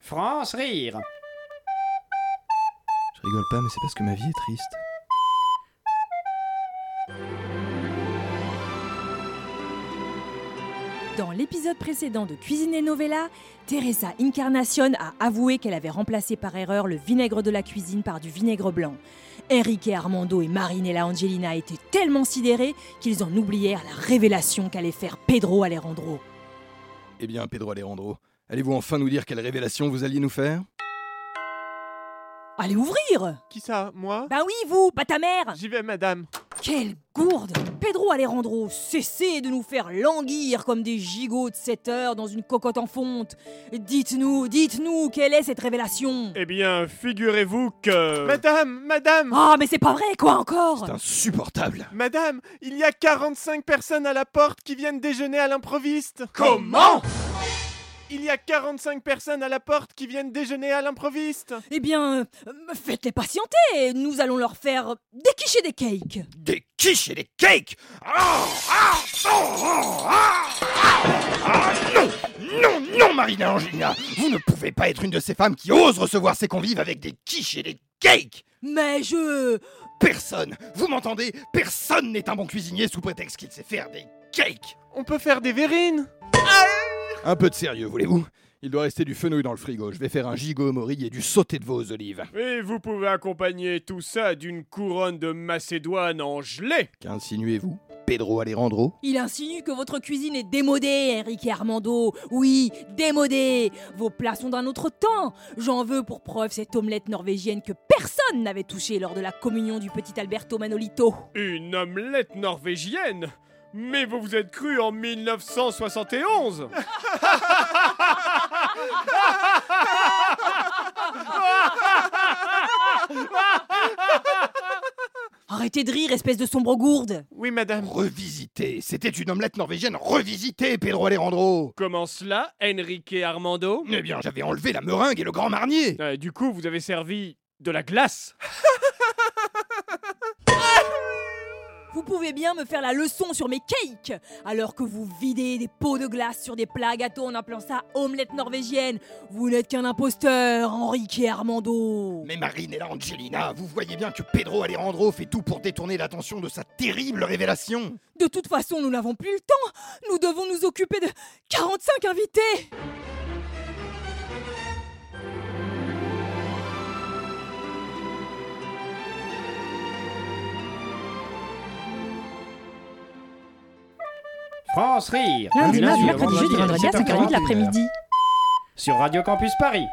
France rire. Je rigole pas, mais c'est parce que ma vie est triste. Dans l'épisode précédent de Cuisine et Novella, Teresa Incarnacion a avoué qu'elle avait remplacé par erreur le vinaigre de la cuisine par du vinaigre blanc. Enrique Armando et Marinella Angelina étaient tellement sidérés qu'ils en oublièrent la révélation qu'allait faire Pedro Alejandro. Eh bien, Pedro Alejandro, allez-vous enfin nous dire quelle révélation vous alliez nous faire Allez ouvrir Qui ça Moi Bah oui, vous, pas ta mère J'y vais, madame. Quelle gourde Pedro Alejandro, cessez de nous faire languir comme des gigots de 7 heures dans une cocotte en fonte Dites-nous, dites-nous, quelle est cette révélation Eh bien, figurez-vous que. Madame, madame, Ah, mais c'est pas vrai, quoi encore C'est insupportable madame, il y a 45 personnes à la porte qui viennent déjeuner à l'improviste. Comment Il y a 45 personnes à la porte qui viennent déjeuner à l'improviste. Eh bien, euh, faites-les patienter, nous allons leur faire déquicher des cakes Des quiches et des cakes Ah, ah, oh, oh, ah, ah, ah, Non Non, non, Marina Angelina Vous ne pouvez pas être une de ces femmes qui osent recevoir ses convives avec des quiches et des cakes Mais je... Personne Vous m'entendez Personne n'est un bon cuisinier sous prétexte qu'il sait faire des cakes On peut faire des verrines. Un peu de sérieux, voulez-vous Il doit rester du fenouil dans le frigo. Je vais faire un gigot au mori et du sauté de vos olives. Et vous pouvez accompagner tout ça d'une couronne de Macédoine en gelée. Qu'insinuez-vous Pedro Alejandro Il insinue que votre cuisine est démodée, Eric et Armando. Oui, démodée. Vos plats sont d'un autre temps. J'en veux pour preuve cette omelette norvégienne que personne n'avait touchée lors de la communion du petit Alberto Manolito. Une omelette norvégienne Mais vous vous êtes cru en 1971 Ah. Arrêtez de rire, espèce de sombre gourde. Oui, madame. Revisité C'était une omelette norvégienne revisitée, Pedro Alejandro Comment cela, Enrique Armando Eh bien, j'avais enlevé la meringue et le grand marnier Euh, Du coup, vous avez servi de la glace Vous pouvez bien me faire la leçon sur mes cakes, alors que vous videz des pots de glace sur des plats à gâteaux en appelant ça omelette norvégienne. Vous n'êtes qu'un imposteur, Enrique et Armando. mais Marinella Angelina, vous voyez bien que Pedro Alejandro fait tout pour détourner l'attention de sa terrible révélation. De toute façon, nous n'avons plus le temps. Nous devons nous occuper de 45 invités. France rire. Lundi, Du mardi, au mercredi, jeudi, vendredi, à 7h40 sur Radio Campus Paris.